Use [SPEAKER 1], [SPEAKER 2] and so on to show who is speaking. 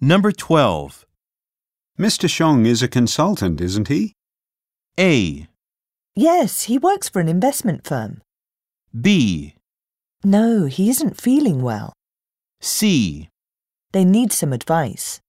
[SPEAKER 1] Number 12.
[SPEAKER 2] Mr. Shong is a consultant, isn't he?
[SPEAKER 1] A.
[SPEAKER 3] Yes, he works for an investment firm.
[SPEAKER 1] B.
[SPEAKER 3] No, he isn't feeling well.
[SPEAKER 1] C.
[SPEAKER 3] They need some advice.